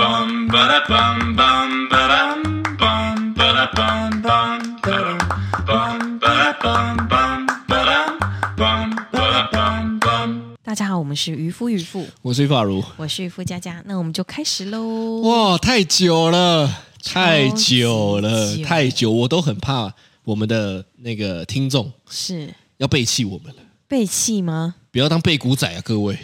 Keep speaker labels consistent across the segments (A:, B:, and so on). A: bum ba da bum bum ba dum bum ba da bum bum ba dum bum ba da bum bum ba dum bum ba da bum bum.
B: 大家好，我们是渔夫渔妇，
C: 我是法如。
B: 我是渔夫佳佳，那我们就开始喽。
C: 哇，太久了，太
B: 超
C: 久了，
B: 级久
C: 太久，我都很怕我们的那个听众
B: 是
C: 要背弃我们了。
B: 背弃吗？
C: 不要当背骨仔啊，各位，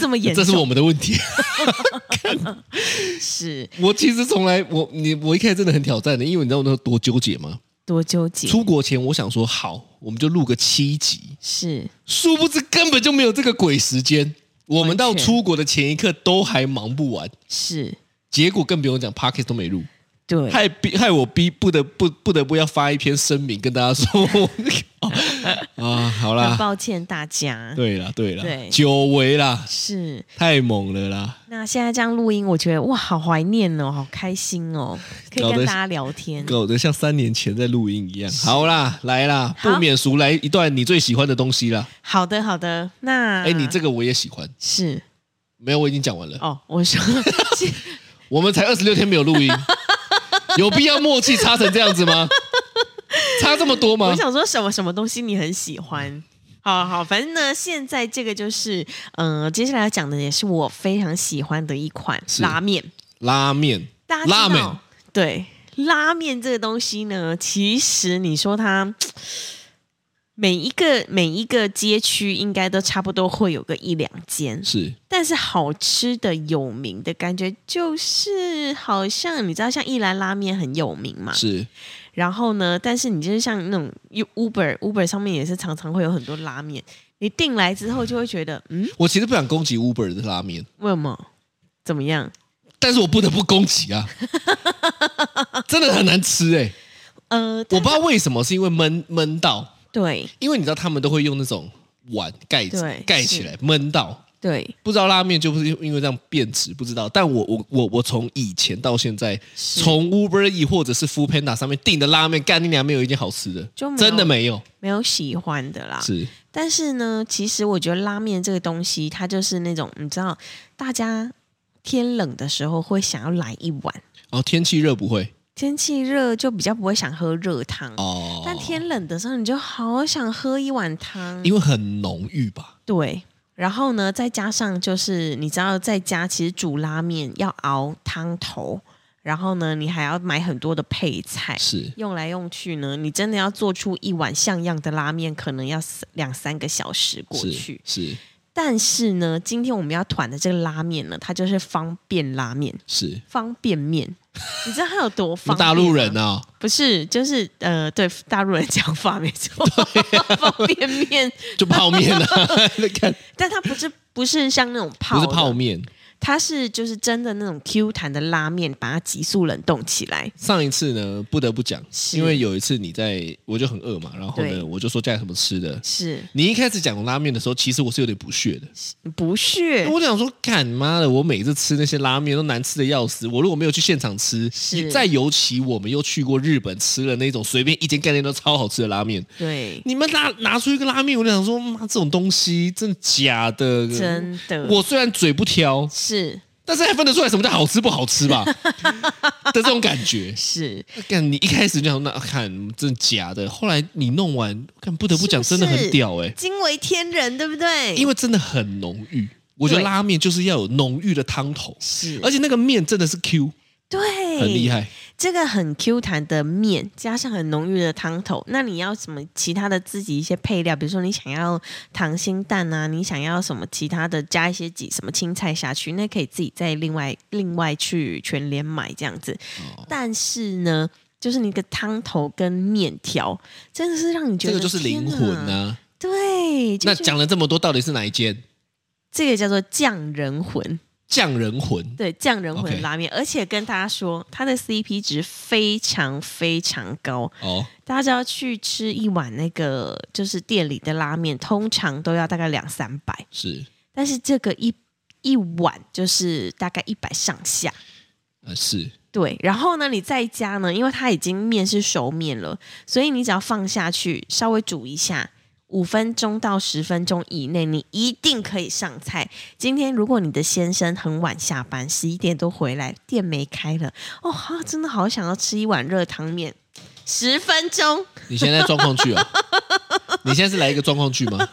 B: 这么严
C: 这
B: 重？
C: 是我们的问题。
B: 是
C: 我其实从来我你我一开始真的很挑战的，因为你知道我那时候多纠结吗？
B: 多纠结？
C: 出国前我想说好，我们就录个七集，
B: 是
C: 殊不知根本就没有这个鬼时间。我们到
B: 完全
C: 出国的前一刻都还忙不完，
B: 是，
C: 结果更不用讲 p o c k e t 都没录。
B: 对，
C: 害逼害我逼不得不不得不要发一篇声明跟大 家说，啊，好
B: 很
C: 啦，
B: 抱歉大家。
C: 对啦对啦，
B: 对
C: 久违啦，
B: 是，
C: 太猛了啦，
B: 那现在这样录音，我觉得哇，好怀念哦，好开心哦，可以
C: 搞
B: 跟
C: 得
B: 大家聊天。
C: 搞得像三年前在录音一样。好啦，来啦，
B: 好
C: 不免俗，来一段你最喜欢的东西啦。
B: 好的，好的，那
C: 哎、你这个我也喜欢，
B: 是
C: 没有，我已经讲完了。
B: 哦，我说 是
C: 我们才二十六天没有录音， 有必要默契差成这样子 吗？差这么多吗
B: 我？想说什么什么东西你很喜欢？好好，反正呢，现在这个就是，嗯、接下来要讲的也是我非常喜欢的一款
C: 是
B: 拉面。
C: 拉面，
B: 大家
C: 拉
B: 知
C: 面
B: 道，对拉面这个东西呢，其实你说它每一个每一个街区应该都差不多会有个一两间，
C: 是
B: 但是好吃的有名的感觉就是好像你知道，像一兰拉面很有名嘛，
C: 是，
B: 然后呢，但是你就是像那种 U- Uber Uber 上面也是常常会有很多拉面，你订来之后就会觉得，嗯，
C: 我其实不想攻击 Uber 的拉面。
B: 为什么？怎么样？
C: 但是我不得不攻 击啊，真的很难吃哎、
B: 呃，
C: 我不知道为什么，是因为闷闷到，
B: 对
C: 因为你知道他们都会用那种碗盖子
B: 对
C: 盖起来闷到，
B: 对
C: 不知道拉面就是因为这样变质，不知道。但我我我我从以前到现在，
B: 是
C: 从 Uber E 或者是 Food Panda 上面订的拉面，干你娘没有一件好吃的，
B: 就没有啊
C: 真的没有，
B: 没有喜欢的啦。
C: 是
B: 但是呢，其实我觉得拉面这个东西，它就是那种你知道，大家天冷的时候会想要来一碗，
C: 哦，天气热不会
B: 天气热就比较不会想喝热汤，
C: 哦，
B: 但天冷的时候你就好想喝一碗汤，啊
C: 因为很浓郁吧，
B: 对。然后呢，再加上就是你知道，在家其实煮拉面要熬汤头，然后呢，你还要买很多的配菜，
C: 是
B: 用来用去呢，你真的要做出一碗像样的拉面，可能要三两三个小时过去
C: 是。是
B: 但是呢，今天我们要团的这个拉面呢，它就是方便拉面、
C: 是，
B: 方便面。你知道它有多
C: 我
B: 方
C: 们
B: 便吗
C: 大陆人啊、
B: 不是，就是呃，对大陆人讲法没错， 方便面。
C: 就泡 面啊，看
B: 但它不是不是像那种泡
C: 不
B: 的
C: 是泡，面。
B: 它是就是真的那种 Q 弹的拉面，把它急速冷冻起来。
C: 上一次呢，不得不讲，
B: 是
C: 因为有一次你在，我就很饿嘛，然后
B: 对
C: 呢，我就说家里有什么吃的。
B: 是
C: 你一开始讲拉面的时候，其实我是有点不屑的。
B: 不屑？
C: 我想说，干妈的，我每次吃那些拉面都难吃的要死。我如果没有去现场吃，
B: 是
C: 再尤其我们又去过日本吃了那种随便一间概念都超好吃的拉面，
B: 对，
C: 你们拿拿出一个拉面，我就想说，妈，这种东西真的假的？
B: 真的
C: 我虽然嘴不挑，
B: 是
C: 但是还分得出来什么叫好吃不好 吃吧的这种感觉。
B: 是，
C: 干，你一开始就想那啊看真的假的，后来你弄完，看不得不讲，
B: 是
C: 真
B: 不
C: 的
B: 是
C: 很屌哎、
B: 惊为天人，对不对？
C: 因
B: 为
C: 为真的很浓郁。我觉得
B: 对
C: 拉面就是要有浓郁的汤头，
B: 是，哎
C: 而且那个面真的是 Q，
B: 对，
C: 很厉。害。
B: 这个很 Q 弹的面，加上很浓郁的汤头，那你要什么其他的自己一些配料，比如说你想要溏心蛋啊，你想要什么其他的，加一些几什么青菜下去，那可以自己再另外另外去全联买这样子。
C: 哦
B: 但是呢，就是你的汤头跟面条，真的是让你觉
C: 这
B: 得
C: 个就是灵魂
B: 天哪
C: 啊！
B: 对，就
C: 那
B: 是
C: 讲了这么多，到底是哪一间
B: 这个叫做匠人魂。
C: 匠人魂？
B: 对匠人魂
C: OK
B: 拉面而且跟大家说，它的 CP 值非常非常高。
C: 哦，
B: 大家只要去吃一碗那个就是店里的拉面，通常都要大概两三百，
C: 是
B: 但是这个一一碗就是大概一百上下。
C: 呃是
B: 对，然后呢，你在家呢，因为它已经面是熟面了，所以你只要放下去，稍微煮一下，五分钟到十分钟以内，你一定可以上菜。今天如果你的先生很晚下班，十一点多回来，店没开了，哦，好，真的好想要吃一碗热汤面，十分钟，
C: 你现在状况剧 啊？你现在是来一个状况剧吗？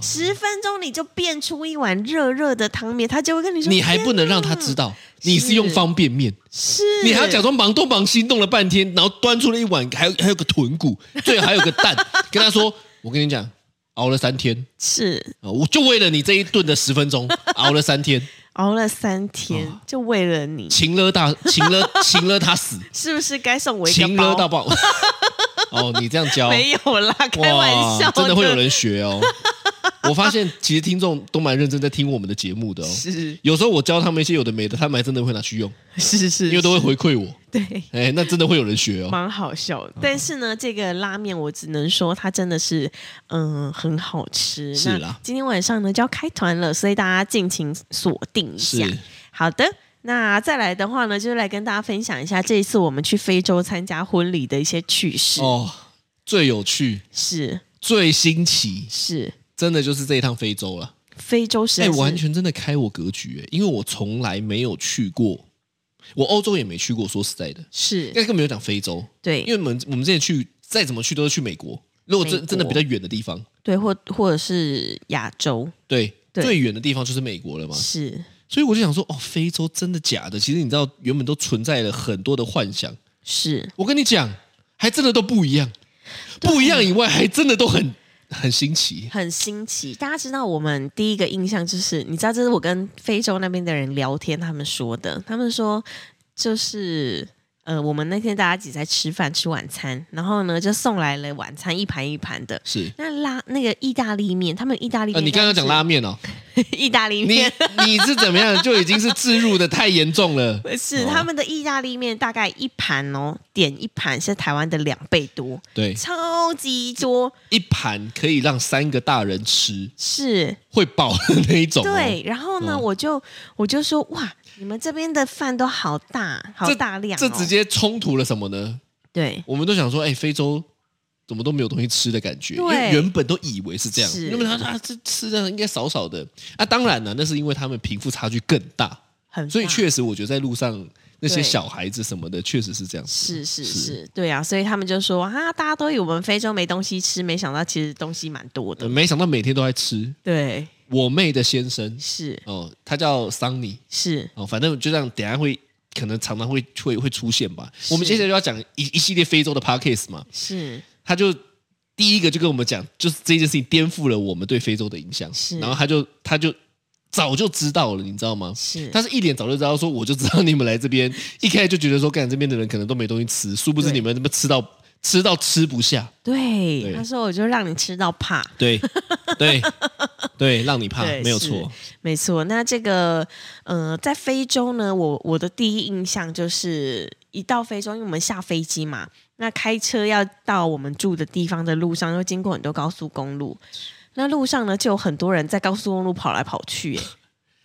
B: 十分钟你就变出一碗热热的汤面，他就会跟你说，
C: 你还不能让他
B: 天哪
C: 知道你是用方便面，
B: 是，
C: 你还要假装忙东忙西弄了半天，然后端出了一碗，还有还有个豚 骨，最后还有个蛋，跟他说：“我跟你讲，熬了三天
B: 是
C: 啊，我就为了你这一顿的十分 钟，熬了三天，
B: 熬了三天，就为了你，
C: 情了大情 了情了他死，
B: 是不是该送我一
C: 情
B: 个
C: 了到
B: 包？
C: 爆。” 哦，你这样教
B: 没有啦，开玩笑，
C: 真的会有人学哦。我发现其实听众都蛮认真在听我们的节目的哦。
B: 是
C: 有时候我教他们一些有的没的，他们还真的会拿去用，
B: 是是，
C: 因为都会回馈我。
B: 对。
C: 哎，那真的会有人学哦。
B: 蛮好笑的，但是呢，这个拉面我只能说它真的是，嗯，很好吃。
C: 是啦
B: 那今天晚上呢就要开团了，所以大家尽情锁定一下
C: 是。
B: 好的，那再来的话呢，就是来跟大家分享一下这一次我们去非洲参加婚礼的一些趣事。
C: 哦，最有趣、
B: 是
C: 最新奇，
B: 是，
C: 真的就是这一趟非洲了。
B: 非洲实
C: 哎，
B: 在是
C: 完全真的开我格局哎，因为我从来没有去过，我欧洲也没去过。说实在的，应
B: 是
C: 该更没有讲非洲，
B: 对，
C: 因为我们我们之前去再怎么去都是去美国，如果
B: 美
C: 真
B: 国
C: 真的比较远的地方，
B: 对，或或者是亚洲，
C: 对，
B: 对
C: 最远的地方就是美国了嘛。
B: 是
C: 所以我就想说，哦，非洲真的假的？其实你知道，原本都存在了很多的幻想。
B: 是，
C: 我跟你讲，还真的都不一样，
B: 啊
C: 不一样以外，还真的都很很新奇。
B: 很新奇。大家知道，我们第一个印象就是，你知道，这是我跟非洲那边的人聊天，他们说的，他们说就是。呃，我们那天大家一起在吃饭，吃晚餐，然后呢，就送来了晚餐一盘一盘的。
C: 是
B: 那拉那个意大利面，他们意大利
C: 呃，
B: 面、
C: 你刚刚讲拉面哦，
B: 意大利
C: 你
B: 面，
C: 你是怎么样就已经是置入的太严 重了。
B: 不是、
C: 哦
B: 他们的意大利面，大概一盘哦，点一盘是台湾的两倍多，
C: 对，
B: 超级多，
C: 一盘可以让三个大人吃，
B: 是
C: 会饱的那一种、哦。
B: 对，然后呢，我就我就说哇，你们这边的饭都好大，好
C: 这，
B: 大量、哦
C: 这直接冲突了什么呢？
B: 对
C: 我们都想说，哎，非洲怎么都没有东西吃的感觉，
B: 对
C: 因为原本都以为是这样，
B: 是
C: 因为他说啊，这吃的应该少少的啊。当然了，那是因为他们贫富差距更大，
B: 很
C: 所以
B: 大
C: 确实我觉得在路上那些
B: 对
C: 小孩子什么的，确实是这样子。
B: 是是
C: 是
B: 是，对啊，所以他们就说啊，大家都以为我们非洲没东西吃，没想到其实东西蛮多
C: 呃
B: 的。
C: 没想到每天都在吃。
B: 对，
C: 我妹的先生
B: 是
C: 哦，他叫桑尼
B: 是
C: 哦，反正就这样，等一下会可能常常会会会出现吧。我们接下来就要讲一一系列非洲的 podcast 嘛，
B: 是
C: 他就第一个就跟我们讲，就是这件事情颠覆了我们对非洲的影响
B: 是。
C: 然后他就他就早就知道了，你知道吗？
B: 是，
C: 他是一脸早就知道说，我就知道你们来这边， 一开始就觉得说，干这边的人可能都没东西吃，殊不知
B: 对
C: 你们他妈吃到吃到吃不下，
B: 对
C: 对
B: 他说我就让你吃到怕，
C: 对对对，让你 怕，
B: 对
C: 没有
B: 是
C: 错，
B: 啊没错。那这个呃，在非洲呢，我我的第一印象就是一到非洲，因为我们下飞机嘛，那开车要到我们住的地方的路上，又经过很多高速公路。那路上呢，就有很多人在高速公路跑来跑去、哎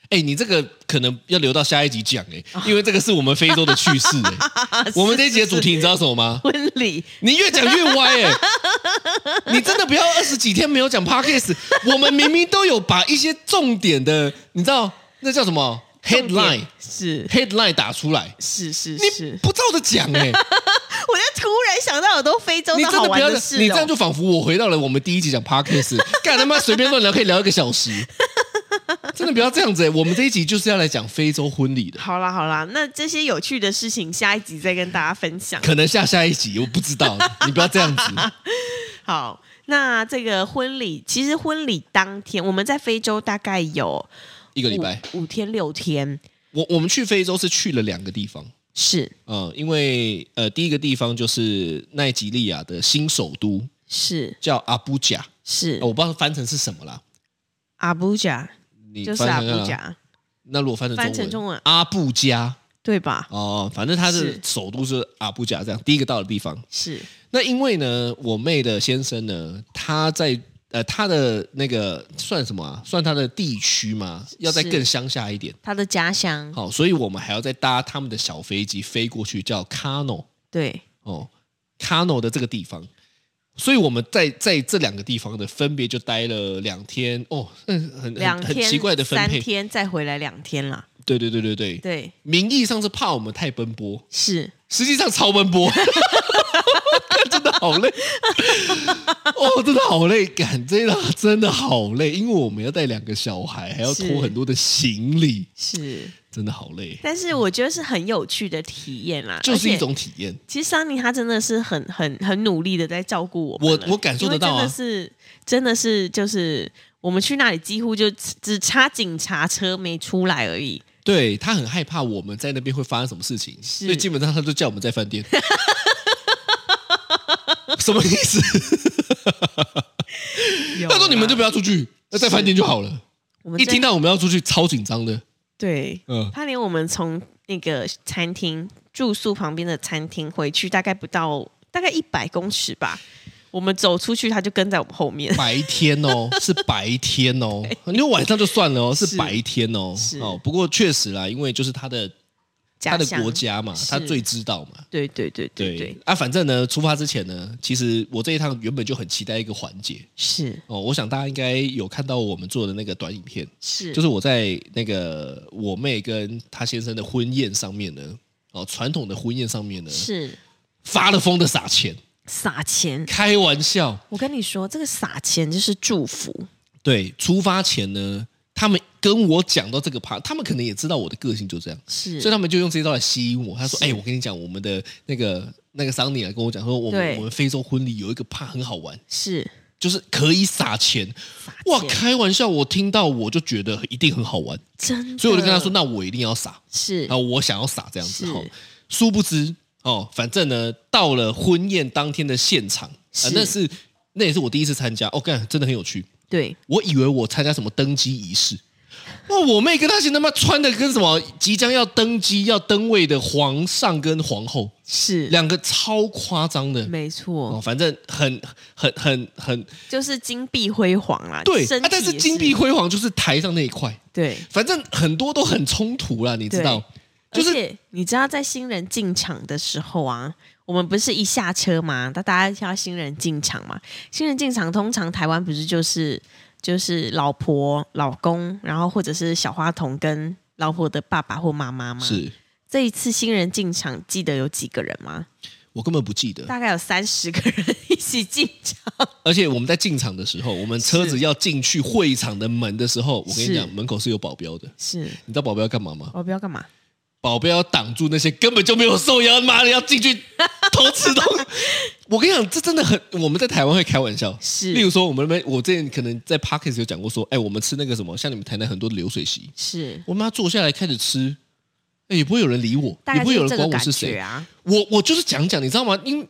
C: 哎、你这个可能要留到下一集讲哎、因为这个是我们非洲的趣事 哎、我们这一集的主题你知道什么吗？
B: 婚礼
C: 你越讲越歪哎、你真的不要二十几天没有讲 podcast，我们明明都有把一些重点的，你知道那叫什么
B: 重点
C: headline
B: 是
C: headline 打出来，
B: 是是是，
C: 你不照着讲 哎、
B: 我就突然想到很多非洲
C: 你
B: 的
C: 真
B: 好
C: 的不
B: 玩
C: 要，
B: 事、哦，
C: 你这样就仿佛我回到了我们第一集讲 podcast，干他妈随便乱聊可以聊一个小时，真的不要这样子、欸。我们这一集就是要来讲非洲婚礼的，
B: 好啦好啦，那这些有趣的事情，下一集再跟大家分享。
C: 可能下下一集我不知 道，你不要这样子。
B: 好，那这个婚礼，其实婚礼当天，我们在非洲大概有
C: 一个礼拜，
B: 五五天六天，
C: 我我们去非洲是去了两个地方，
B: 是
C: 嗯，因为呃，第一个地方就是奈及利亚的新首都
B: 是
C: 叫阿布贾，
B: 是
C: 呃，我不知道翻成是什么啦。
B: 阿布贾，
C: 你
B: 就是
C: 翻
B: 阿
C: 成
B: 布
C: 看看啊
B: 贾，
C: 那如果翻成
B: 翻成中文
C: 阿布加
B: 对吧？
C: 哦，反正它的
B: 是
C: 首都是阿布贾，这样第一个到的地方。
B: 是
C: 那因为呢，我妹的先生呢，他在呃他的那个算什么啊？算他的地区嘛，要再
B: 是
C: 更乡下一点。
B: 他的家乡，
C: 好，所以我们还要再搭他们的小飞机飞过去，叫 Kano
B: 对，
C: 哦，Kano 的这个地方。所以我们在在这两个地方的分别就待了两天哦，嗯，很
B: 两
C: 很
B: 天
C: 很奇怪的分
B: 三
C: 配，
B: 天再回来两天啦。
C: 对对对对对，
B: 对，
C: 名义上是怕我们太奔波，
B: 是
C: 实际上超奔波， 真的好累，哦，真的好累，感这一趟真的好累，因为我们要带两个小孩，还要
B: 是
C: 拖很多的行李，
B: 是，
C: 真的好累，
B: 但是我觉得是很有趣的体验啦，
C: 就是
B: 而
C: 一
B: 且
C: 种体验。
B: 其实桑尼他真的是很很很努力的在照顾我们
C: 我
B: 了
C: 我感受得到
B: 因为真
C: 啊
B: 的是真的是就是我们去那里几乎就只只差警察车没出来而已，
C: 对他很害怕我们在那边会发生什么事情，所以基本上他就叫我们在饭店。什么 意思？他说你们就不要出去，那在饭店就好了。
B: 我们
C: 一听
B: 到
C: 到我们要出去，超紧张的。
B: 对，
C: 嗯，
B: 他连我们从那个餐厅住宿旁边的餐厅回去，大概不到大概一百公尺吧，我们走出去他就跟在我们后面，
C: 白天哦，是白天哦，因为晚上就算了哦，是
B: 是
C: 白天哦
B: 是。
C: 哦，不过确实啦，因为就是他的他
B: 家
C: 的
B: 乡
C: 国，家嘛，
B: 是
C: 他最知道嘛。
B: 对对对对对，
C: 啊，反正呢，出发之前呢，其实我这一趟原本就很期待一个环节
B: 是
C: 哦，我想大家应该有看到我们做的那个短影片，
B: 是，
C: 就是我在那个我妹跟她先生的婚宴上面呢，哦，传统的婚宴上面呢，
B: 是
C: 发了疯的撒钱，
B: 撒钱。
C: 开玩笑，
B: 我跟你说，这个撒钱就是祝福，
C: 对，出发前呢，他们跟我讲到这个趴，他们可能也知道我的个性就这样，
B: 是
C: 所以他们就用这一招来吸引我。他说：“
B: 是
C: 哎、我跟你讲，我们的那个那个桑尼来啊跟我讲说，我们
B: 对
C: 我们非洲婚礼有一个趴很好玩，
B: 是
C: 就是可以撒钱。
B: 撒
C: 哇，
B: 钱
C: 开玩笑，我听到我就觉得一定很好玩，
B: 真的，
C: 所以我就跟他说，那我一定要撒，
B: 是
C: 然后我想要撒这样子
B: 是
C: 哈。殊不知哦，反正呢，到了婚宴当天的现场，啊
B: 是，
C: 那是那也是我第一次参加，哦，干，真的很有趣。
B: 对，
C: 我以为我参加什么登基仪式，哇！我妹跟她现在妈穿的跟什么即将要登基要登位的皇上跟皇后，
B: 是
C: 两个超夸张的
B: 没错，
C: 哦，反正很很很很
B: 就是金碧辉煌啦。
C: 对
B: 身
C: 啊，但
B: 体
C: 是
B: 也
C: 金碧辉煌就是台上那一块，
B: 对，
C: 反正很多都很冲突啦，你知道？就
B: 而
C: 是
B: 且你知道在新人进场的时候啊，我们不是一下车嘛，那大家要新人进场嘛，新人进场通常台湾不是就是就是老婆、老公，然后或者是小花童跟老婆的爸爸或妈妈嘛。
C: 是
B: 这一次新人进场，记得有几个人
C: 呃
B: 吗？
C: 我根本不记得，
B: 大概有三十个人 一起进场。
C: 而且我们在进场的时候，我们车子要进去会场的门的时候，我跟你
B: 是
C: 讲，门口是有保镖的，
B: 是，
C: 你知道保镖要干嘛吗？
B: 哦我不要干嘛？
C: 保镖挡住那些根本就没有受邀，妈的要进去偷吃东西。我跟你讲，这真的很，我们在台湾会开玩笑，
B: 是
C: 例如说，我们那边我之前可能在 p o c k e t 有讲过说，哎，我们吃那个什么，像你们台南很多的流水席，
B: 是，
C: 我妈坐下来开始吃，哎，也不会有人理我，
B: 大
C: 也
B: 概
C: 不会有
B: 是
C: 人
B: 这
C: 管
B: 个
C: 我
B: 感
C: 是
B: 觉
C: 谁。
B: 啊。
C: 我我就是讲讲，你知道吗？因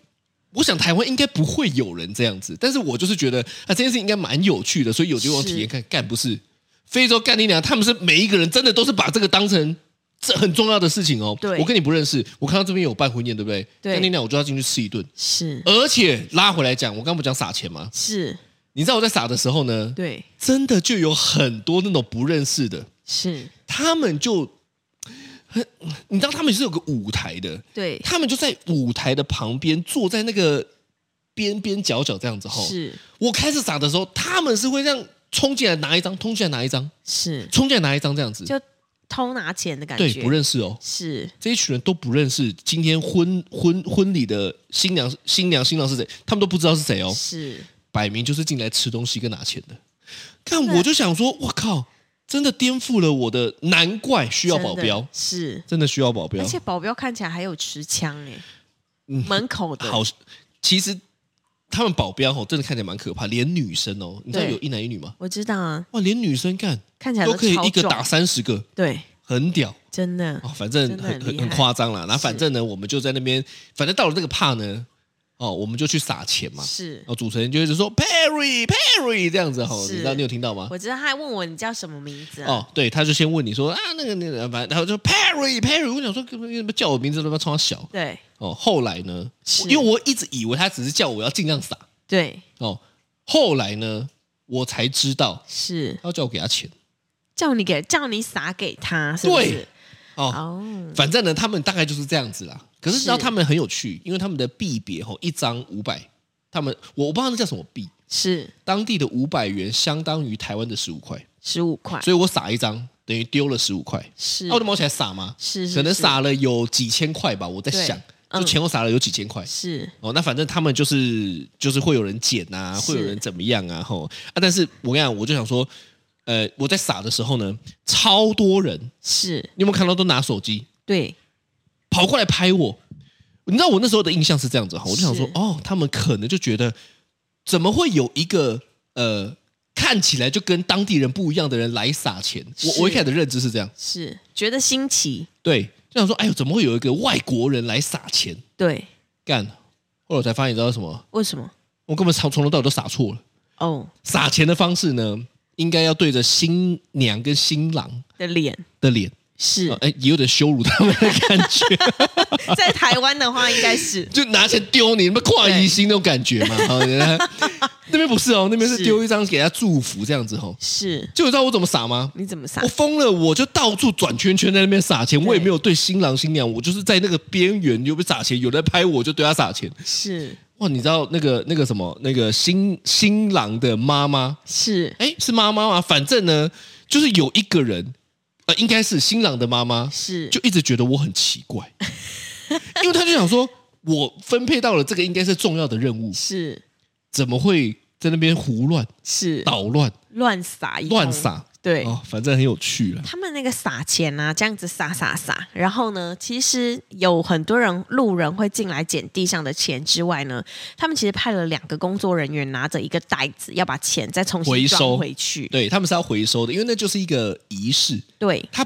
C: 我想台湾应该不会有人这样子，但是我就是觉得啊，这件事应该蛮有趣的，所以有机会我体验看。干不是非洲干你娘，他们是每一个人真的都是把这个当成这很重要的事情哦。
B: 对
C: 我跟你不认识，我看到这边有办婚宴，对不对？
B: 对
C: 干你娘，我就要进去吃一顿。
B: 是
C: 而且拉回来讲，我刚不讲撒钱吗？
B: 是，
C: 你知道我在撒的时候呢，
B: 对，
C: 真的就有很多那种不认识的，
B: 是，
C: 他们就很，你知道他们是有个舞台的，
B: 对，
C: 他们就在舞台的旁边，坐在那个边边角角这样子吼。
B: 是
C: 我开始打的时候，他们是会这样冲进来拿一张，冲进来拿一张，
B: 是，
C: 冲进来拿一张这样子。
B: 就偷拿钱的感
C: 对
B: 觉。，
C: 不认识哦，
B: 是
C: 这一群人都不认识今天婚婚婚礼的新娘、新娘、新郎是谁，他们都不知道是谁哦，
B: 是，
C: 摆明就是进来吃东西跟拿钱的。看，我就想说，我靠，真的颠覆了我的，难怪需要
B: 真
C: 保
B: 的
C: 镖，
B: 是，
C: 真的需要保镖嗯
B: 而。且保镖看起来还有持枪哎、门口的
C: 好，其实他们保镖哦，真的看起来蛮可怕，连女生哦，你知道
B: 对
C: 有一男一女吗？
B: 我知道啊，
C: 哇，连女生干
B: 看起来
C: 都可以
B: 超
C: 一个
B: 壮
C: 打三十个，
B: 对，
C: 很屌
B: 真的
C: 哦，反正
B: 真的
C: 很
B: 很
C: 很
B: 厉害
C: 很夸张啦。然后反正呢，我们就在那边，反正到了这个帕呢，哦，我们就去撒钱嘛。
B: 是
C: 然。后主持人就一直说 Perry Perry 这样子吼，
B: 是
C: 你知道你有听到吗？
B: 我知道他还问我你叫什么名字、啊、
C: 哦，对，他就先问你说啊那个那个，反正然后就 Perry Perry，我想说你怎么叫我名字都他妈冲他小
B: 对
C: 哦。后来呢，
B: 是
C: 因为我一直以为他只是叫我要尽量撒，
B: 对
C: 哦，后来呢，我才知道
B: 是
C: 他要叫我给他钱
B: 叫你给叫你撒给他，是不
C: 对
B: 是？
C: 哦。
B: 哦，
C: 反正呢，他们大概就是这样子啦。可是
B: 是
C: 知道他们很有趣，因为他们的币别吼一张五百，他们我我不知道那叫什么币，
B: 是
C: 当地的五百元相当于台湾的十五块，
B: 十五块，
C: 所以我撒一张等于丢了十五块。
B: 是
C: 啊我的毛起来撒吗？
B: 是是
C: 可能
B: 是
C: 撒了有几千块吧，我在
B: 对
C: 想，
B: 嗯
C: 就前后撒了有几千块。
B: 是
C: 哦，那反正他们就是就是会有人捡啊，
B: 是
C: 会有人怎么样啊，吼啊！但是我跟你讲，我就想说，呃，我在撒的时候呢，超多人，
B: 是，
C: 你有没有看到都拿手机
B: 对，
C: 跑过来拍我？你知道我那时候的印象是这样子哈，我就想说
B: 是，
C: 哦，他们可能就觉得怎么会有一个呃看起来就跟当地人不一样的人来撒钱？我我一
B: 是
C: 开始的认知是这样，
B: 是觉得新奇，
C: 对，就想说，哎呦，怎么会有一个外国人来撒钱？
B: 对，
C: 干，后来我才发现，你知道什么？
B: 为什么？
C: 我根本从从头到尾都撒错了。
B: 哦，
C: 撒钱的方式呢，应该要对着新娘跟新郎
B: 的脸
C: 的脸，
B: 是、
C: 呃哎、也有点羞辱他们的感觉，
B: 在台湾的话，应该是
C: 就拿钱丢你，那么跨疑心那种感觉嘛。好，原来那边不是哦，那边是
B: 是
C: 丢一张给他祝福这样子哦。
B: 是，
C: 就你知道我怎么撒吗？
B: 你怎么撒
C: 我？疯了，我就到处转圈圈在那边撒钱，我也没有对新郎新娘，我就是在那个边缘有没有撒钱，有人拍我就对他撒钱。
B: 是
C: 哇，你知道那个那个什么那个新新郎的妈妈，
B: 是
C: 哎，是妈妈吗？反正呢，就是有一个人，呃，应该是新郎的妈妈，
B: 是，
C: 就一直觉得我很奇怪， 因为他就想说，我分配到了这个应该是重要的任务，
B: 是
C: 怎么会在那边胡乱
B: 是
C: 捣乱
B: 乱撒一通
C: 哦乱，撒？
B: 对。
C: 哦，反正很有趣了。
B: 他们那个撒钱啊，这样子撒撒撒，然后呢，其实有很多人路人会进来捡地上的钱之外呢，他们其实派了两个工作人员拿着一个袋子，要把钱再重
C: 回
B: 新
C: 收
B: 装回去。
C: 对他们是要回收的，因为那就是一个仪式，
B: 对，
C: 他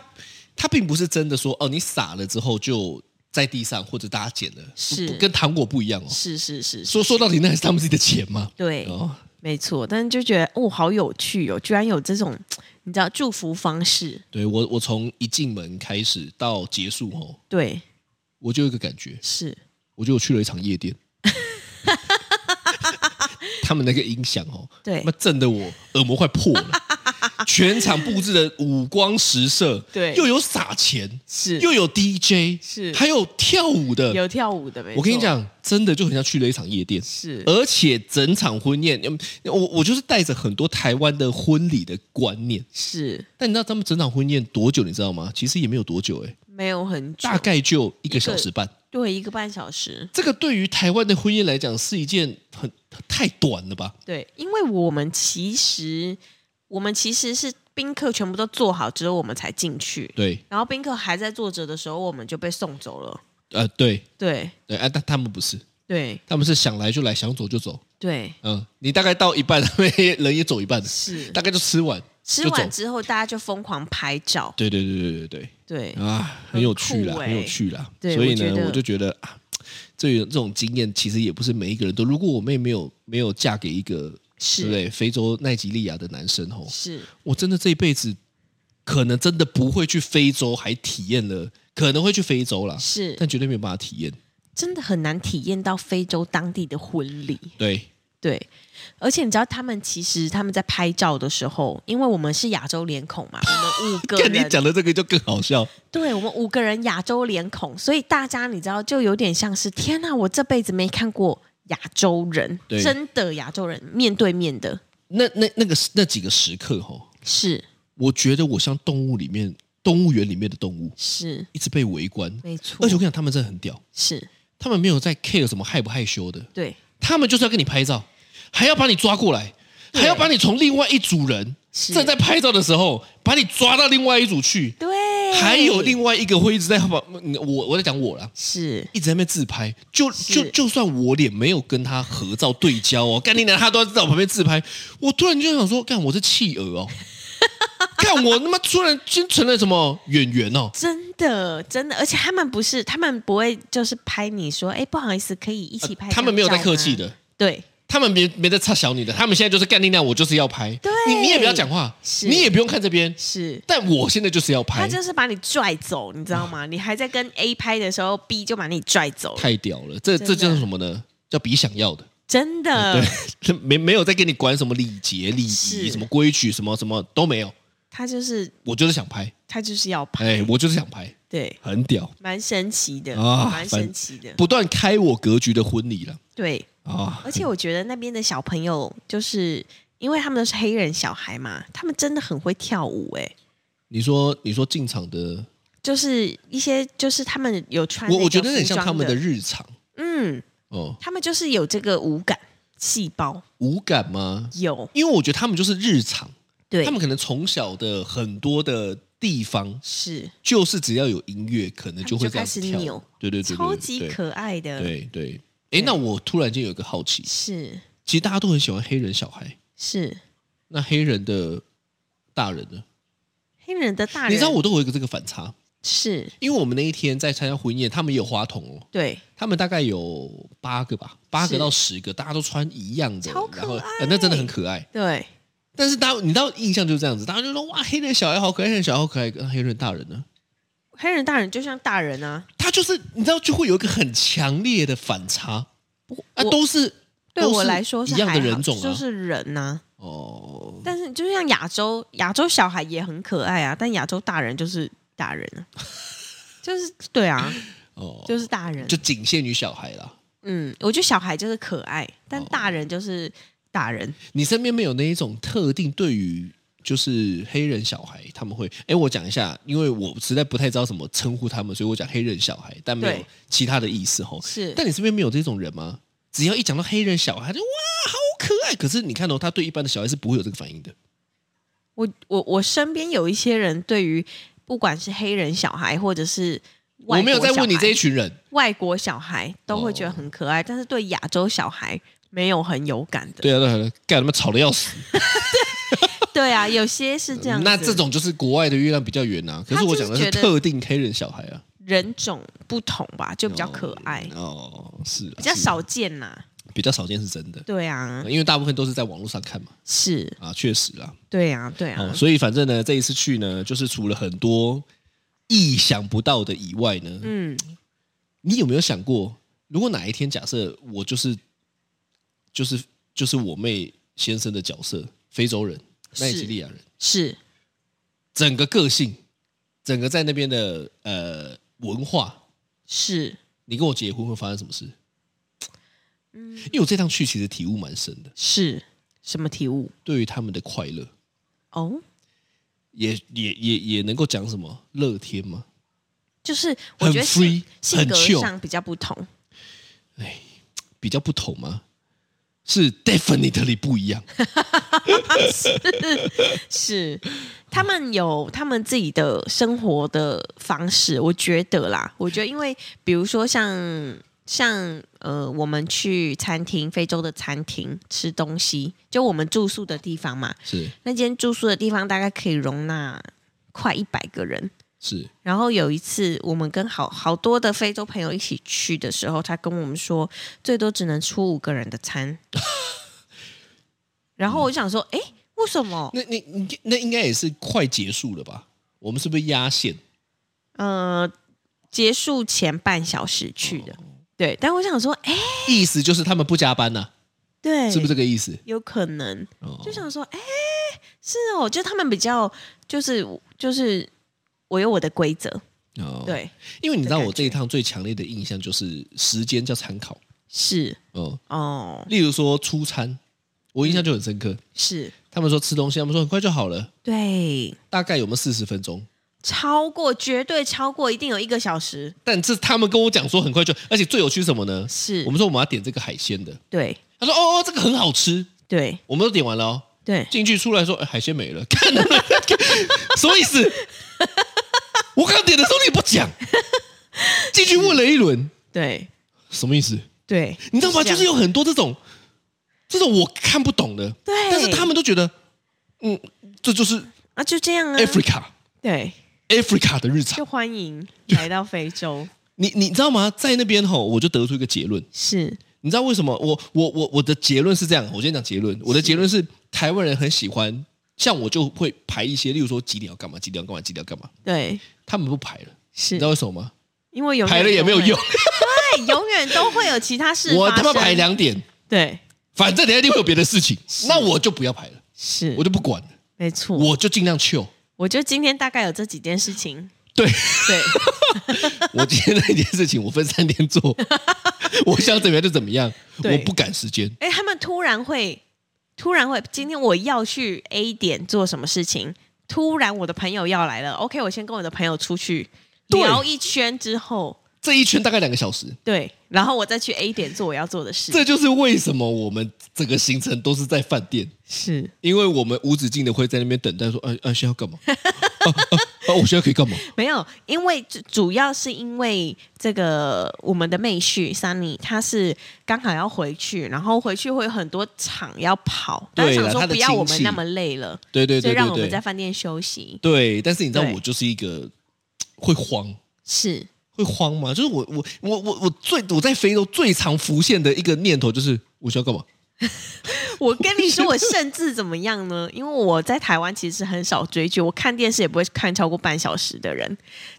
C: 他并不是真的说哦，你撒了之后就在地上或者大家捡了，
B: 是
C: 不跟糖果不一样哦。
B: 是是是是，
C: 说说到底，那还是他们自己的钱嘛。
B: 对，
C: 哦，
B: 没错。但是就觉得哦，好有趣哦，居然有这种你知道祝福方式，
C: 对我，我从一进门开始到结束哦，
B: 对，
C: 我就有一个感觉，
B: 是
C: 我觉得我去了一场夜店。 他们那个音响哦，
B: 对
C: 那震得我耳膜快破了。全场布置的五光十色，
B: 对
C: 又有撒钱，
B: 是
C: 又有 DJ，
B: 是
C: 还有跳舞的。
B: 有跳舞的没错？
C: 我跟你讲，呃真的就很像去了一场夜店。
B: 是
C: 而且整场婚宴，嗯我我就是带着很多台湾的婚礼的观念，
B: 是
C: 但你知道他们整场婚宴多久？你知道吗？其实也没有多久、欸，
B: 没有很久
C: 大，概就一个小时半。
B: 对，一个半小时。
C: 这个对于台湾的婚宴来讲是一件很太短了吧？
B: 对，因为我们其实我们其实是宾客全部都做好之后，我们才进去。
C: 对，
B: 然后宾客还在坐着的时候，我们就被送走了。
C: 呃，对，
B: 对
C: 对，啊，但他们不是，
B: 对
C: 他们是想来就来，想走就走。
B: 对，
C: 嗯，你大概到一半， 他们也人也走一半，
B: 是
C: 大概就吃完，
B: 吃
C: 就走
B: 完之后大家就疯狂拍照。
C: 对对对对对
B: 对
C: 对，啊，很有趣
B: 很
C: 啦，
B: 酷欸
C: 很有趣啦。
B: 对
C: 所以
B: 我
C: 呢
B: 觉，得
C: 我就觉得啊，这这种经验其实也不是每一个人都。如果我妹没有没有嫁给一个对不
B: 是
C: 对非洲奈及利亚的男生吼，
B: 是
C: 我真的这一辈子可能真的不会去非洲，还体验了，可能会去非洲啦，
B: 是，
C: 但绝对没有办法体验。
B: 真的很难体验到非洲当地的婚礼。
C: 对，
B: 对，而且你知道，他们其实他们在拍照的时候，因为我们是亚洲脸孔嘛，我们五个
C: 看你
B: 人，
C: 讲的这个就更好笑。
B: 对我们五个人亚洲脸孔，所以大家你知道，就有点像是天哪，我这辈子没看过亚洲人，
C: 对
B: 真的亚洲人面对面的，
C: 那那那个那几个时刻吼，
B: 是
C: 我觉得我像动物里面动物园里面的动物，
B: 是
C: 一直被围观。
B: 没错，
C: 而且我跟你讲，他们真的很屌，
B: 是
C: 他们没有在 care 什么害不害羞的，
B: 对
C: 他们就是要跟你拍照，还要把你抓过来，
B: 对
C: 还要把你从另外一组人
B: 是
C: 正在拍照的时候，把你抓到另外一组去。
B: 对，
C: 还有另外一个会一直在把我我在讲我啦，
B: 是
C: 一直在那边自拍，就是就就算我脸没有跟他合照对焦哦，干你娘，他都要在我旁边自拍。我突然就想说，干我是企鹅 哦，干我他妈突然间成了什么演员哦？
B: 真的真的，而且他们不是，他们不会就是拍你说，哎，不好意思，可以一起拍、
C: 呃
B: 啊
C: 他们没有在客气，的，
B: 对，
C: 他们没没在插小你的，他们现在就是干你娘，我就是要拍。
B: 对
C: 你你也不要讲话，
B: 是
C: 你也不用看这边，
B: 是。
C: 但我现在就是要
B: 他
C: 拍，
B: 就是把你拽走，你知道 吗？你还在跟 A 拍的时候，B 就把你拽走了，
C: 太屌了，这
B: 真
C: 这
B: 的
C: 叫什么呢？叫比想要的。
B: 真的。
C: 呃对， 没没有在跟你管什么礼节、礼
B: 嗯
C: 仪、
B: 是
C: 什么规矩、什么什么都没有，
B: 他就是
C: 我就是想拍，
B: 他就是要拍，
C: 哎，我就是想拍，
B: 对，
C: 很屌，
B: 蛮神奇的，
C: 啊
B: 蛮神奇的，
C: 不断开我格局的婚礼了
B: 对，
C: 啊，
B: 而且我觉得那边的小朋友，就是因为他们都是黑人小孩嘛，他们真的很会跳舞哎、
C: 你说你说进场的，
B: 就是一些就是他们有穿
C: 我
B: 那
C: 我觉
B: 种
C: 得很
B: 服
C: 像
B: 装
C: 他们
B: 的
C: 的，日常
B: 嗯，
C: 哦，
B: 他们就是有这个舞感细胞，
C: 无感吗？
B: 有
C: 因为我觉得他们就是日常，
B: 对，
C: 他们可能从小的很多的地方，
B: 是
C: 就是只要有音乐，可能就会这样子
B: 他们就开始
C: 跳
B: 扭。
C: 对对对，对
B: 超级
C: 对
B: 可爱的，
C: 对对。哎，那我突然间有一个好奇，
B: 是
C: 其实大家都很喜欢黑人小孩，
B: 是
C: 那黑人的大人呢？
B: 黑人的大人，
C: 你知道我都有一个这个反差，
B: 是
C: 因为我们那一天在参加婚宴，他们也有花童哦，
B: 对
C: 他们大概有八个吧，八个
B: 是
C: 到十个，大家都穿一样的，
B: 超可
C: 然后、
B: 爱
C: 呃、那真的很可爱。
B: 对
C: 但是大家你知道印象就是这样子，大家就说哇，黑人小孩好可爱，黑人小孩好可爱，那黑人大人呢？
B: 黑人大人就像大人啊，
C: 他就是你知道就会有一个很强烈的反差啊，
B: 我
C: 都是
B: 对
C: 都
B: 我
C: 是
B: 来说是
C: 一样
B: 还
C: 的
B: 好
C: 人种啊，
B: 就是人呐、
C: 哦，
B: 但是就像亚洲，亚洲小孩也很可爱啊，但亚洲大人就是大人 啊，就是对啊，
C: 哦
B: 就是大人。
C: 就仅限于小孩啦。
B: 嗯，我觉得小孩就是可爱，但
C: 哦
B: 大人就是大人。
C: 你身边没有那一种特定对于就是黑人小孩，他们会哎，我讲一下，因为我实在不太知道怎么称呼他们，所以我讲黑人小孩，但没有
B: 对
C: 其他的意思吼。
B: 是
C: 但你身边没有这种人吗？只要一讲到黑人小孩，他就哇，好可爱。可是你看哦，他对一般的小孩是不会有这个反应的。
B: 我我我身边有一些人对于不管是黑人小孩或者是外
C: 我没有
B: 国
C: 在
B: 小
C: 问你
B: 孩
C: 这一哦群人，
B: 外国小孩都会觉得很可爱，但是对亚洲小孩没有很有感的。
C: 对啊，对啊，对啊干他妈吵得要死。
B: 对啊，有些是这样子。
C: 那这种就是国外的月亮比较圆啊。可是我讲的
B: 他就
C: 是
B: 是觉得
C: 特定黑人小孩啊，
B: 人种不同吧，就比较可爱，
C: 哦，是啊
B: 比较，
C: 是
B: 少见呐。
C: 啊比较少见是真的，
B: 对啊，
C: 因为大部分都是在网络上看嘛。
B: 是，
C: 啊，确实啦。
B: 对啊，对啊
C: 哦，，所以反正呢，这一次去呢，就是除了很多意想不到的以外呢，
B: 嗯，
C: 你有没有想过，如果哪一天假设我就是就是就是我妹先生的角色，非洲人、奈及利亚人，
B: 是
C: 整个个性，整个在那边的呃文化，
B: 是，
C: 你跟我结婚会发生什么事？
B: 嗯
C: 因为我这趟去其实体悟蛮深的，
B: 是什么体悟？
C: 对于他们的快乐，
B: 哦，
C: 也也也也能够讲什么乐天吗？
B: 就是我
C: 很
B: 觉得性
C: free，
B: 性
C: 很
B: 格
C: chill
B: 上比较不同，
C: 比较不同吗？是 definitely 不一样，
B: 是他们有他们自己的生活的方式，我觉得啦，我觉得因为比如说像。像呃，我们去餐厅，非洲的餐厅吃东西，就我们住宿的地方嘛，
C: 是
B: 那间住宿的地方大概可以容纳快一百个人。
C: 是
B: 然后有一次，我们跟好好多的非洲朋友一起去的时候，他跟我们说，最多只能出五个人的餐。 然后我就想说，哎，为什么？
C: 那你你那应该也是快结束了吧？我们是不是压线？
B: 呃，结束前半小时去
C: 哦
B: 的，对。但我想说，哎，
C: 意思就是他们不加班呐、啊
B: 对，
C: 是不是这个意思？
B: 有可能？
C: 哦
B: 就想说，哎，是哦，就他们比较，就是就是，我有我的规则，
C: 哦，
B: 对，
C: 因为你知道
B: 的感
C: 我这一趟最强烈的印象就是时间叫参考，
B: 是
C: 哦，
B: 哦，
C: 例如说出餐，我印象就很深刻。
B: 是。
C: 他们说吃东西，他们说很快就好了，
B: 对，
C: 大概有没有四十分钟？
B: 超过绝对超过，一定有一个小时。
C: 但这他们跟我讲说很快就，而且最有趣是什么呢？
B: 是
C: 我们说我们要点这个海鲜的，
B: 对
C: 他说哦哦，这个很好吃，
B: 对
C: 我们都点完了哦。
B: 对，
C: 进去出来说、哎海鲜没了， 看了什么意思？我刚点的时候你不讲，进去问了一轮，
B: 对
C: 什么意思？
B: 对，
C: 你知道吗？就是
B: 这样
C: 有很多这种这种我看不懂的，
B: 对
C: 但是他们都觉得，嗯，这就是
B: 啊，就这样啊。
C: Africa、
B: 对，
C: Africa 的日常
B: 就。欢迎来到非 洲。
C: 你你知道吗？在那边吼，我就得出一个结论。
B: 是
C: 你知道为什么？我我我我的结论是这样，我先讲结论。我的结论是，台湾人很喜欢，像我就会排一些，例如说几点要干嘛，几点要干嘛，几点要干嘛。
B: 对，
C: 他们不排了，你
B: 是
C: 知道为什么吗？
B: 因为永远
C: 排了也没有
B: 都会
C: 用，，
B: 对，永远都会有其他事
C: 我
B: 发
C: 他妈
B: 生
C: 排两点，
B: 对，
C: 反正等一下一定会有别的事情，那我就不要排了，
B: 是
C: 我就不管了，
B: 没错。我
C: 我就尽量 chill。
B: 我觉得今天大概有这几件事情。
C: 对
B: 对，
C: 我今天那件事情，我分三天做，我想怎么样就怎么样，
B: 对
C: 我不赶时间。
B: 哎，他们突然会，突然会，今天我要去 A 点做什么事情，突然我的朋友要来了，OK，我先跟我的朋友出去
C: 对
B: 聊一圈之后，
C: 这一圈大概两个小时，
B: 对，然后我再去 A 点做我要做的事，
C: 这就是为什么我们整个行程都是在饭店，
B: 是
C: 因为我们无止境的会在那边等待说，啊啊，现在要 干嘛？啊啊啊！我现在可以干嘛？
B: 没有，因为主主要是因为这个我们的妹婿 Sunny 他是刚好要回去，然后回去会有很多场要跑，
C: 对
B: 他
C: 啦
B: 想说
C: 他的
B: 不要我
C: 亲
B: 们
C: 戚
B: 那么累了，
C: 对对
B: 所
C: 对
B: 以让我
C: 对
B: 们在
C: 对，
B: 饭店休息。
C: 对。但是你知道，
B: 对
C: 我就是一个会慌，
B: 是
C: 会慌吗？就是我我我我我最我在非洲最常浮现的一个念头就是，我现在要干嘛？
B: 我跟你说，我甚至怎么样呢？因为我在台湾其实很少追剧，我看电视也不会看超过半小时的人。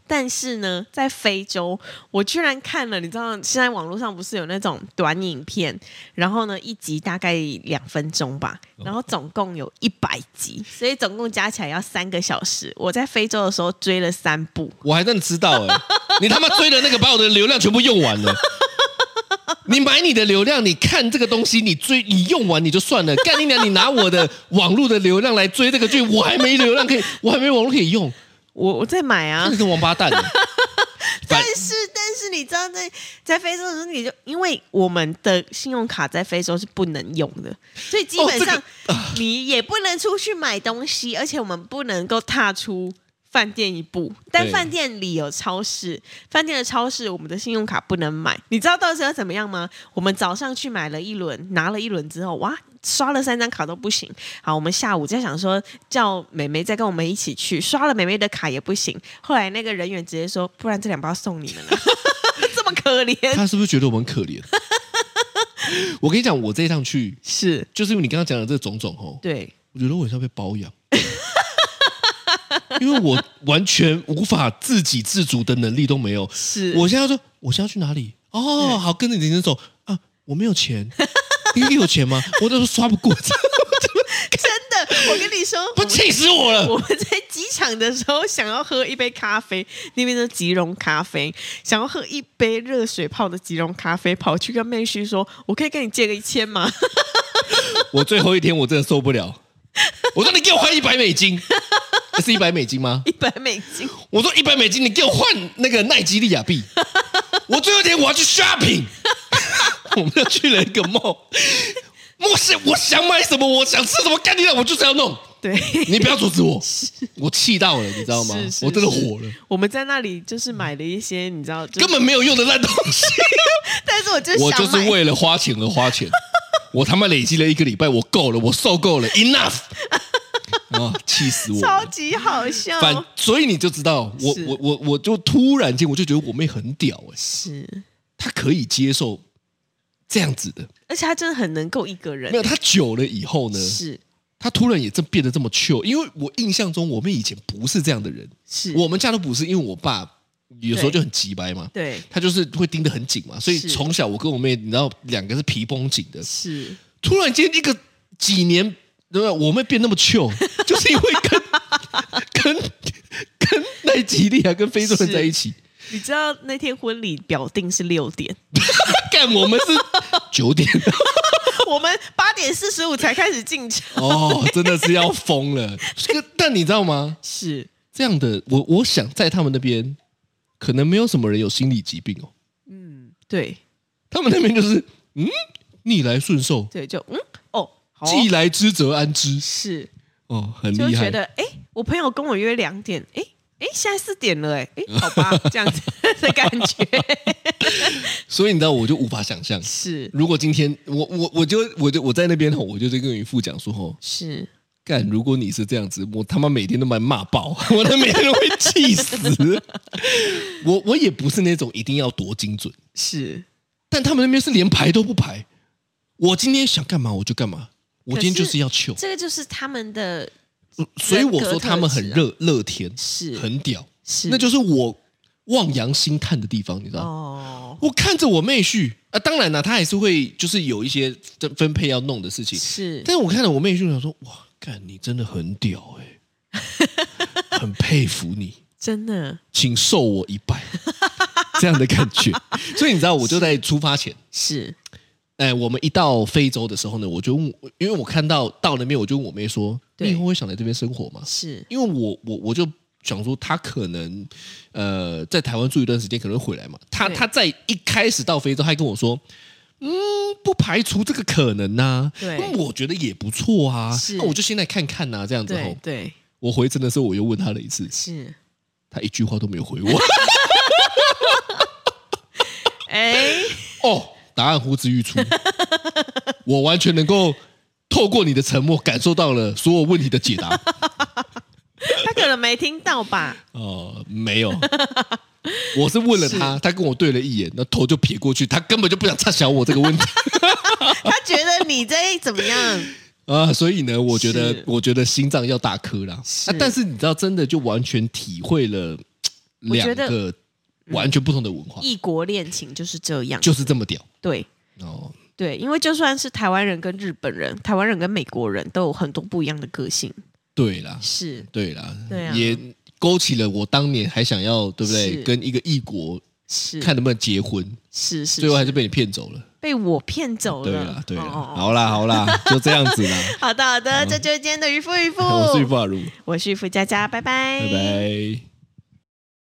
B: 但是呢，在非洲，我居然看了，你知道，现在网络上不是有那种短影片，然后呢，一集大概两分钟吧，然后总共有一百集，所以总共加起来要三个小时。我在非洲的时候追了三部，
C: 我还真的知道哎、你他妈追的那个把我的流量全部用完了。你买你的流量，你看这个东西，你追你用完你就算了，干你娘！你拿我的网络的流量来追这个剧，我还没流量可以，我还没网络可以用，
B: 我我在买啊
C: 那。是王八蛋、欸。
B: 但
C: 反
B: 是，但是你知道在，在非洲的时候，你就因为我们的信用卡在非洲是不能用的，所以基本上、
C: 哦
B: 你也不能出去买东西，而且我们不能够踏出饭店一步。但
C: 对
B: 饭店里有超市，饭店的超市我们的信用卡不能买。你知道到时候要怎么样吗？我们早上去买了一轮，拿了一轮之后，哇，刷了三张卡都不行。好，我们下午在想说叫美美再跟我们一起去，刷了美美的卡也不行。后来那个人员直接说，不然这两包送你们 了， 这么可怜。
C: 他是不是觉得我们很可怜？我跟你讲，我这一趟去，
B: 是，
C: 就是因为你刚刚讲的这种种哦，
B: 对，
C: 我觉得我很像被包养，因为我完全无法自给自足的能力都没有。
B: 是
C: 我现在说，我现在要去哪里？哦，好，跟着你那种啊，我没有钱， 你有钱吗？ 我都刷不过，
B: 真的，我跟你说，
C: 不气死我 了！
B: 我们在机场的时候想要喝一杯咖啡，那边的吉隆咖啡，想要喝一杯热水泡的吉隆咖啡，跑去跟妹婿说：“我可以跟你借个一千吗
C: 我最后一天我真的受不了，我说你给我换一百美金，是一百美金吗？？”
B: 一百美 金，
C: 我说一百美金，你给我换那个奈及利亚 币。我最后一天我要去 shopping，我们又去了一个梦。我想我想买什么，我想吃什么，干你了，我就是要弄。
B: 对，
C: 你不要阻 止我，我气到了，你知道吗？
B: 是是
C: 我真的
B: 是
C: 火了，
B: 我们在那里就是买了一些，你知道，就是
C: 根本没有用的烂东西。
B: 但是我就
C: 我就
B: 想
C: 是
B: 买，
C: 为了花钱而花钱，我他妈累积了一个礼拜，我够了，我受够了，enough 啊，气死我
B: 超
C: 了！
B: 级好笑，
C: 反所以你就知道，我
B: 嗯是
C: 我我我就突然间我就觉得我妹很屌哎、
B: 是，
C: 她可以接受这样子的，
B: 而且他真的很能够一个人
C: 没，有她久了以后呢，
B: 是
C: 她突然也这变得这么 chill，因为我印象中我妹以前不是这样的人，
B: 是，
C: 我们家都不是，因为我爸有时候
B: 对
C: 就很急掰嘛，
B: 对
C: 他就是会盯得很紧嘛，所以
B: 是
C: 从小我跟我妹，你知道两个是皮绷紧的，
B: 是
C: 突然间一个几年，对吧？我们变那么 糗，就是因为跟跟跟奈及利亚跟非洲人在一起，
B: 你知道那天婚礼表定是六点，
C: 干我们是九点
B: 我们八点四十五才开始进场，
C: 哦，真的是要疯了。这个但你知道吗？
B: 是
C: 这样的我，我想在他们那边，可能没有什么人有心理疾病哦。
B: 对。
C: 他们那边就是嗯，逆来顺受，
B: 对，就嗯哦，好哦
C: 既来之则安之
B: 是
C: 哦，很
B: 就
C: 厉害
B: 觉。得哎，诶我朋友跟我约两点，哎哎，诶现在四点了，哎哎，好 吧，这样子的感觉
C: 所以你知道，我就无法想象，
B: 是
C: 如果今天我我我就我就我在那边吼，我就在跟渔夫讲说吼，
B: 是
C: 干，如果你是这样子，我他妈每天都被骂爆， 我他妈每天都会气死。我我也不是那种一定要多精准，
B: 是，
C: 但他们那边是连排都不排。我今天想干嘛我就干嘛，我今天
B: 可是
C: 就是要求，
B: 这个就是嗯他们的
C: 所以我说他们很
B: 人格特质
C: 热乐天，
B: 是
C: 很屌，
B: 是，
C: 那就是我望洋兴叹的地方，你知道吗？
B: 哦
C: 我看着我妹婿啊，当然了，他还是会就是有一些分分配要弄的事情，
B: 是
C: 但是我看到我妹就想说，哇，干你真的很屌哎、 很佩服你，
B: 真的
C: 请受我一拜，这样的感觉。所以你知道，我就在出发前，
B: 是
C: 哎，我们一到非洲的时候呢，我就问我，因为我看到到那边，我就问我妹说：“
B: 对
C: 你以后会想来这边生活吗
B: 是？”，
C: 因为我我我就想说，她可能呃在台湾住一段时间，可能会回来嘛。她
B: 对
C: 她在一开始到非洲，她还跟我说。嗯，不排除这个可能呐、
B: 对
C: 嗯我觉得也不错啊。
B: 是
C: 那我就先来看看啊呐、这样子吼
B: 对。对
C: 我回程的时候，我又问她了一次，
B: 是，
C: 她一句话都没有 回我。
B: 哎，
C: 哦，答案呼之欲出，我完全能够透过你的沉默感受到了所有问题的解答。
B: 他可能没听到 吧？
C: 哦，没有，我是问了他，他跟我对了一眼，那头就撇过去，他根本就不想插小我这 个问题
B: 他觉得你在怎么样？
C: 啊。所以呢，我觉得
B: 是，
C: 我觉得心脏要大颗啦。
B: 是
C: 那但是你知道，真的就完全体会了嘖
B: 我觉
C: 两
B: 得嗯
C: 个完全不同的文化，
B: 异国恋情就是这样，
C: 就是这么屌
B: 对
C: 哦。
B: 对，因为就算是台湾人跟日本人、台湾人跟美国人都有很多不一样的个性，
C: 对啦，
B: 是
C: 对啦，
B: 对啊
C: 也勾起了我当年还想要对
B: 是
C: 不对，跟一个异国
B: 是
C: 看能不能结婚，
B: 是是，
C: 最后还是被你骗走了。
B: 被我骗走
C: 对
B: 了
C: 啦，，对啦，啊
B: 哦哦哦
C: 好啦，好啦，就这样 子啦。
B: 好的好的，这就是今天的渔夫渔夫，
C: 我是玉发如，
B: 我是渔夫佳佳，拜拜，
C: 拜拜。